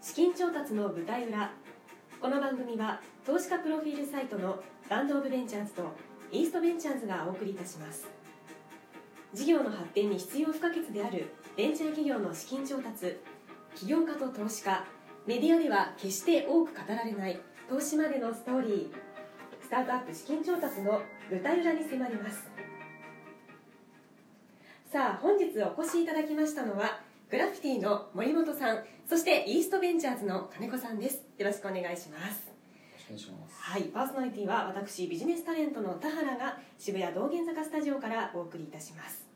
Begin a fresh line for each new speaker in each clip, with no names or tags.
資金調達の舞台裏この番組は投資家プロフィールサイトのランド・オブ・ベンチャーズとイースト・ベンチャーズがお送りいたします事業の発展に必要不可欠であるベンチャー企業の資金調達起業家と投資家メディアでは決して多く語られない投資までのストーリースタートアップ資金調達の舞台裏に迫りますさあ本日お越しいただきましたのはグラフィティの森本さんそしてイーストベンチャーズの金子さんですよろしくお願いします
お願いします。
はいパーソナリティは私ビジネスタレントの田原が渋谷道玄坂スタジオからお送りいたします、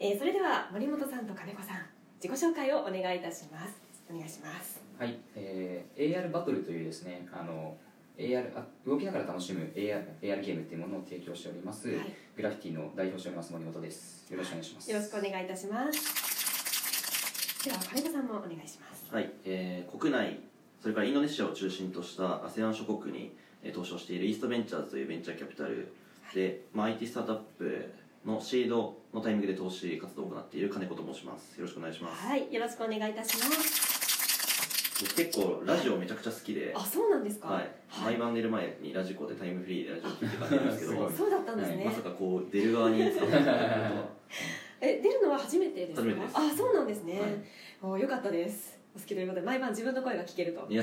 えーそれでは森本さんと金子さん自己紹介をお願いいたしますお願いします
はい、えー AR バトルというですね、あの AR あ動きながら楽しむ AR, AR ゲームというものを提供しております、
はい
グラフィティの代表しております森本です。よろしくお願いします。
よろしくお願いいたしますでは金子さんもお願いします
はい、えー国内それからインドネシアを中心とした ASEAN 諸国に、えー投資をしているイーストベンチャーズというベンチャーキャピタルで、まあ、IT スタートアップのシードのタイミングで投資活動を行っている金子と申しますよろしくお願いします、
はいよろしくお願いいたします
僕結構ラジオめちゃくちゃ好きで
あ、そうなんですか
はい毎晩寝る前にラジコでタイムフリーでラジオ聞いてたんですけ
す
ど
ご い
そうだったんですね、
まさかこう出る側に使ってくれるとは
え出るのは初めてですか
初めてです
あそうなんですね、
はい
およかったですお好きということで毎晩自分の声が聞けると
いや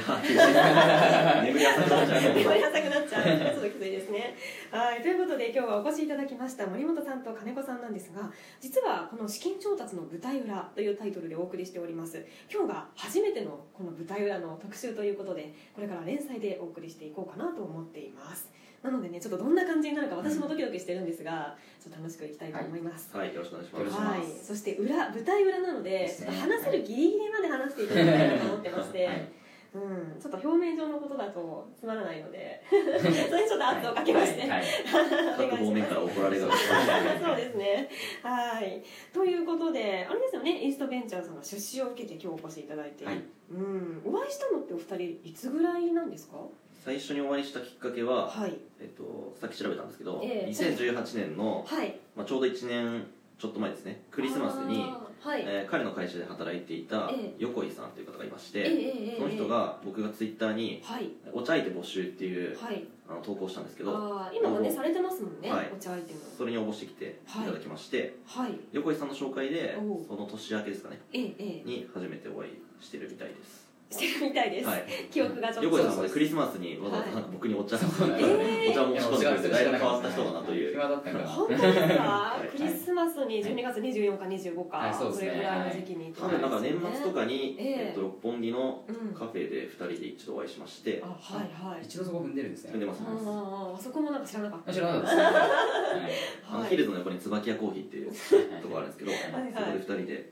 ー眠り浅 くなっちゃう
眠り浅くなっちゃうちょっときついですねはいということで今日はお越しいただきました森本さんと金子さんなんですが実はこの「資金調達の舞台裏」というタイトルでお送りしております今日が初めてのこの舞台裏の特集ということでこれから連載でお送りしていこうかなと思っていますなのでねちょっとどんな感じになるか私もドキドキしてるんですがちょっと楽しくいきたいと思います、
はいよろしくお願いします
よろしくお願
はいい
しま、す
そして裏舞台裏なの
で
で、
す
ちょ
ね
っと話せるギリギリまで話していただきたいなと思ってまして、
はい
うん、ちょっと表面上のことだとつまらないので、それにちょっと圧をかけまして、
はいはい
お
各
願い
方
し
面
ま
か
す
ら。怒られが
そうですね。はい。ということで、あれですよね、インストベンチャーズの出資を受けて今日お越しいただいて、
はい
うん、お会いしたのってお二人いつぐらいなんですか？
最初にお会いしたきっかけは、
はい。
えっと、さっき調べたんですけど、
ええ
2018年の、
はい。
まあ、ちょうど1年ちょっと前ですねクリスマスに、
あー、はい。
えー彼の会社で働いていた
ええ
横井さんという方がいまし
え
て、
えええ
その人、が僕がツイッター
え
に
えはい。
「お茶相手募集」っていう
はい。
あの投稿したんですけど
ああ、今もねされてますもんね、
はい
お茶アイテム。
それに応募してきていただきまして、
はい。
横井さんの紹介で
おう
その年明けですかね
ええええ。
に初めてお会いしてるみたいです、
してるみたいです、
はい、
記憶 がちょっと
横井さんはねクリスマスにわざわざなんか僕に お茶、お茶を持ち込んでくれてだいぶ変わった人だなという
暇だったから。
本当ですか、
い
クリスマスに12月24日25日、
はいそうで
そ
すね
れぐらいの時期に
多分なんか年末とかに、
ええ
えっと、六本木の
うん
カフェで2人で一度お会いしまして、
あはいはい
一度そこ踏んでるんです
それ
ね
で。ま
あ
す
ーあそこもなんか知らなかった
あ知らなかったで
あの
は
ヒ
い
ルズの横に椿屋コーヒーっていう
すね。はい
とこあるんですけど、
はい
はい
そこで2人で
え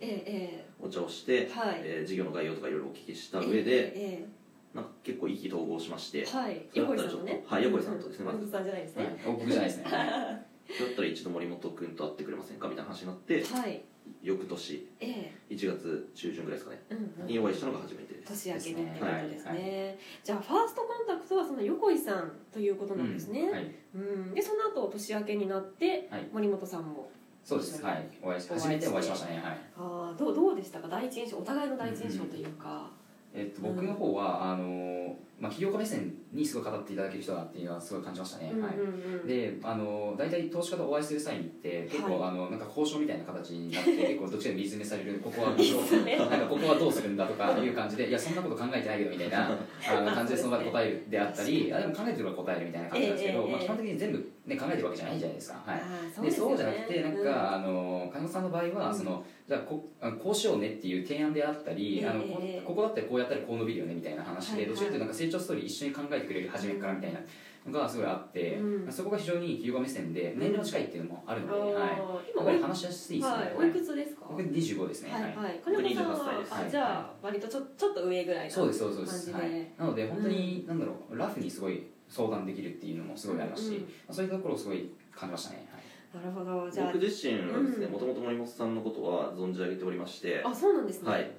え
お茶をして、
はい
えー事業の概要とかいろいろお聞きした
ええ
上
え
で、
え
なんか結構意気投合しまして、
ええ
だ
はい
それだ
横
っ
井
た
さん
らちょっ
と
と
ね
はい横井さんとですね
森本さんじゃないです
はい
ね、
お僕じゃないですね。
ったら一度森本君と会ってくれませんかみたいな話になって
はい
翌年
ええ
1月中旬ぐらいですかね
うんうん
にお会いしたのが初めてです
年明けにってことですね、
はい
じゃあファーストコンタクトはその横井さんということなんですね、
うんはい
うんでその後年明けになって
はい
森本さんも
そうです。はい。お会いし初めてお会いしましたね。はい。
あーどうどうでしたか第一印象お互いの第一印象というか、
えっと僕の方はあのまあ企業家目線にすごい語っていただける人だなっていうのはすごい感じましたね。
うんうん
はい。
うん
であの大体投資家とお会いする際にって結構、
は
あのなんか交渉みたいな形に なって結構どっちかに見つめされるここはどう
ね
なんかここはどうするんだとかいう感じでいやそんなこと考えてないけどみたいなあの感じでその場で答えるであったりあでも考えてれば答えるみたいな感じなんですけど、
ええええ
まあ、基本的に全部、ね、考えてるわけじゃないじゃないですか。
あ
はい
ー
でそうじゃなくてなんか、
うん
あの金子さんの場合は、
うん
そのじゃあこあのこうしようねっていう提案であったり、
ええ
あのこ
ええ
ここだったらこうやったらこう伸びるよねみたいな話で、
はいはい
どちらかというとなんか成長ストーリー一緒に考えてくれる初めからみたいなのがすごいあって、
うん
そこが非常に企業家目線で年齢の近いっていうのもあるので、
あー
はい、
今
やっぱり話しやすいですね、
はい、おいくつですか
僕25ですね、
はいはい、
僕
金子さんは
28歳です
あ
はい
じゃあ割とちょちょっと上ぐらいの
そうですそうですそうです、
感
は
じ
い
で、
なので本当に、なんだろうラフにすごい相談できるっていうのもすごいありますし、
うんうん
まあそういうところをすごい感じましたね、はい
なるほどじゃ
僕自身はですね
うん
もともと森本さんのことは存じ上げておりまして
ああそうなんですね
はい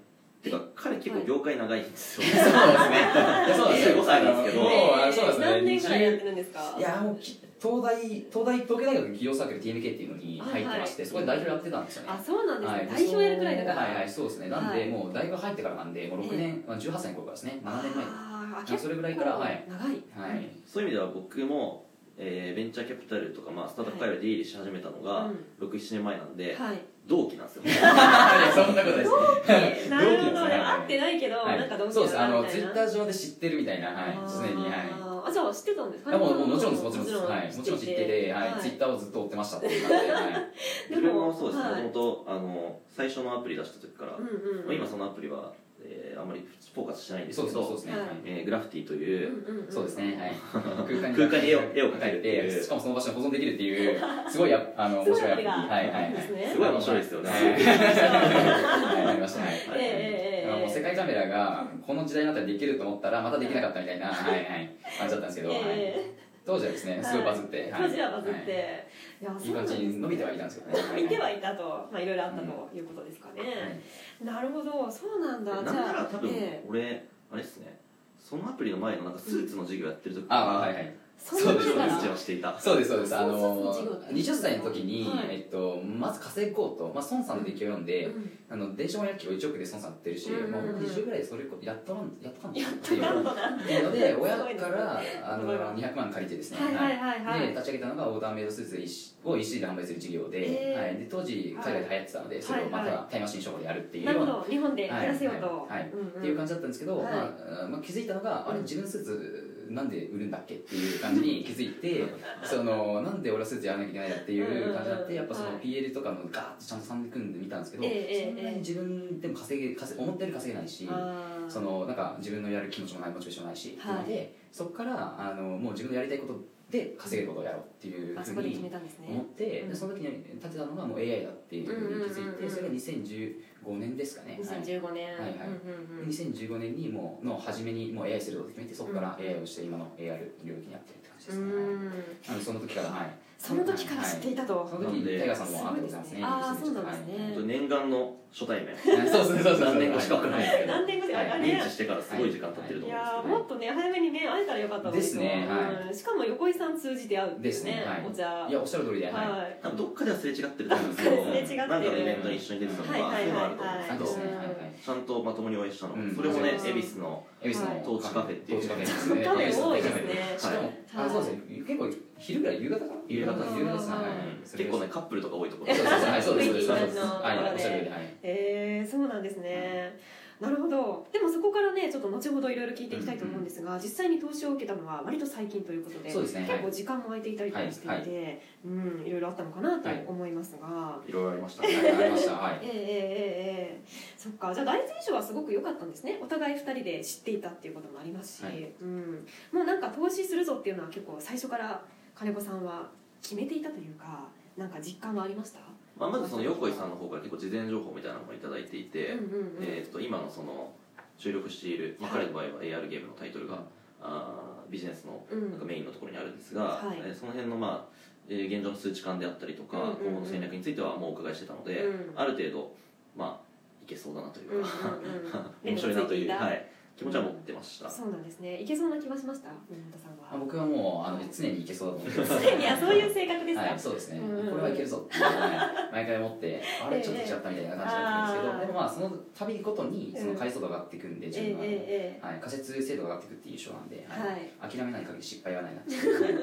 てか彼結構業界長いんで すよ、
そうですね。そうなんですよ。
25歳なんですけど
もうあそうですね。
何年ぐらいやってるんですか
いやもう切っ東大東大東京大学企業サークル TNK っていうのに入ってまして、そこで代表やってたんですよね
あそうなんです
は
ね
い、
代表やるくらいだから
はいはいそうですねなん
は
で
い
もう大学入ってからなんでもう6年、まあ、18歳の頃からですね7年前
あーあ
あそれぐらいからはい
長い
はい
そういう意味では僕も、えーベンチャーキャピタルとか、まあ、スタートアップ界隈で出入りし始めたのが
うん
67年前なんで、
はい
同期なん ですよね
いやそんなことないです
えなるほ
同期です
ど
ね
ね会ってないけど
はい
なんか同期
そうです
だ
あ
な
の
みた
ツイ
い
ッ
な
ター上で知ってるみたいなはい常にはい
あーあじゃあ知ってたんです
い
か
やもうもうもちろんですもちろんです、はい、もちろん知ってて、はいツイッ
タ
ターをずっと追ってましたっていう感じで、はい、
でも
自分もそうですね
は
も
い
ともとあの最初のアプリ出した時から、
うんうん
まあ今そのアプリは、えーあんまりフォーカスしてないんです
そう
け
ですねそう
ど
ですね、
はい
はい
えーグラフィティという、
うんうんうん
そうですね、 はい、空間
空間に絵を絵を描けるっていう
描いしかもその場所に保存できるっていう すごいやあの
す
面
ごい
白い
アプリ
アプリ
が
はいはいはい
ですね
すごい面白いですよね
はいはいありましたはい
ええええええ
もう世界カメラがこの時代になったらできると思ったらまたできなかったみたいな、はいはい、感じだったんですけど、はい、
え
当時はですねすごいバズって、
え
はい
当時はバズって、、
はい
や
いい感じに伸びてはいたんですけどね
見てはいたと、まあ、いろいろあったということですかね、なるほどそうなんだ
なん
じゃ
なら
あ
多分
ええ
俺、あれですねそのアプリの前のなんかスーツの授業やってる時
あはい
い、
はい
そんな
ス
前から
ーツをしていた
そうですそうですあ
そう
の
そうそう違う
20歳の時に、
はい
えっと、まず稼ごうと、まあ、孫さんの影響を読んで、
うん
あの電子翻訳機を1億で孫さん売ってるし、
うんうん
も
うん
う20ぐらいでそれやっとらんやっとかん
やっ
って
と
いう
なるほどな
っていうので 親
すごいです
か
ね
らあ
すごい
の
わ
200万借りてですね、
はいはいはいはい
で立ち上げたのがオーダーメイドスーツ一を EC で販売する事業で,、
へー
はい、で当時海外で流行ってたので、それをま
はい
た
は
タイムマシン商法でやるっていう
なる
よ
ほ
うな、
ど日本で暮らせようと、
はいはいはい
んん
っていう感じだったんですけど、
はい
まああーまあ、気づいたのが、あれ自分スーツなんで売るんだっけっていう感じに気づいてそのなんで俺はスーツやらなきゃいけないんだっていう感じになっ
うんうんうん
てやっぱその
はい
PL とかのガーッてちゃんと3で組んでみたんですけど、
ええええ
そんなに自分でも稼げ稼げ思ったより稼げないし。
あー
そのなんか自分のやる気持ちもないモチベーションもないし、
はい
でそこからあのもう自分のやりたいことで稼げることをやろうっていう
あそ
ふう
こで決め
に
たんですね
思って、
うん
でその時に立てたのがもう AI だっていうふうに気づいて、
うんうんうんうん
それが2015年ですかね、はい
2015年、
はいはい
うんうんうん
2015年にもうの初めにもう AI することを決めてそこから
うん
AI をして今の AR 領域にやってるって感じで
う
すね、はい
ん
なのでその時からはい
その時から知っていたと、
その時にタイガーさんもあ
す
っ
ごい
てご
で
ざ
す
いますね
ねあーそうなんですね
本当に念願の初対面
はいそうですねそうですね
何年後しか来ないですけど
何年後しか来ない
認知してからすごい時間経ってると
い
思うん
やーもっとね早めにね会えたらよかったのに
ですね
う
は
んしかも横井さん通じて会うっていう
ですねはい
お茶はい
やおっしゃる通りで、はい
い
多分どっかではすれ違ってると思うんですけど
すれ違ってる
なんかのイベントに一緒に出てたとか
はい
そう
はいはいはい
いうのはあると思う
あですす
んでけ
ねはいは
ど
い
ちゃんとまともにお会いしたの
うん
それもね
そう
恵比寿の
恵比寿
はい
の
トーチカフェっていう
トーチカフェです
そっ
ね
かで多いですね
しかも、
はい
あそうですね結構昼ぐらい夕方かな
夕方
夕方ですね
うん
はい
結構ねカップルとか多いところ
そ
え
うそうそうはいそうですそうですそうで
雰囲
す
気の
はい
中で
おっしゃる通りはい
えー、そうなんですね、なるほどでもそこからねちょっと後ほどいろいろ聞いていきたいと思うんですが、実際に投資を受けたのは割と最近ということで
そうですね
結構時間も空いていたりとかしていて、
はい
い
は
うん、いろいろあったのかなと思いますが、
いろいろありました
はい
ね
わかりましたはい
ええええええそっかじゃあ第一印象はすごく良かったんですねお互い2人で知っていたっていうこともありますし、
はい
うん、もうなんか投資するぞっていうのは結構最初から金子さんは決めていたというかなんか実感はありました
まあまずその横井さんの方から結構事前情報みたいなのもいただいていて、
うんうんうん
えー、と今のその注力している、まあ、
はい
彼の場合は AR ゲームのタイトルが、あービジネスの
うん
なんかメインのところにあるんですが、
はい
えーその辺の、まあえー現状の数値感であったりと
う
か、
んうんうん
今後の戦略についてはもうお伺いしてたので、
うん
ある程度、まあ、いけそうだなというか、
うんうんうん
面白いなとい
連絡ついて
う、
いた
はい、気持ちは持ってました、
そうなんですねいけそうな気はしました宮本さん
あ
は
僕はもうあの常にいけそうだと思います
いやそういう性格ですか、
はい、そうですね、
うん
これはいけるぞっていうのをね毎回思ってあれちょっと来ちゃったみたいな感じだったんですけ
ええ
どでもまあその度ごとにその回数度が上がっていくんで
え
自
え
分は、
ええええ
はい、仮説精度が上がっていくっていう印象なんで、
はい
諦めない限り失敗はないなっていう、はいそう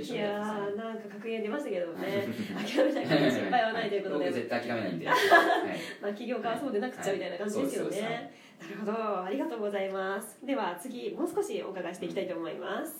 いう印
い
象
や
だったですね
ーなんか格言出ましたけどね、諦めないから心配はないということ
は
で
僕絶対諦めない んで、はい
まあ、起業家はそうでなくちゃみたいな感じですよね、
はいそうですそう
なるほどありがとうございますでは次もう少しお伺いしていきたいと思います、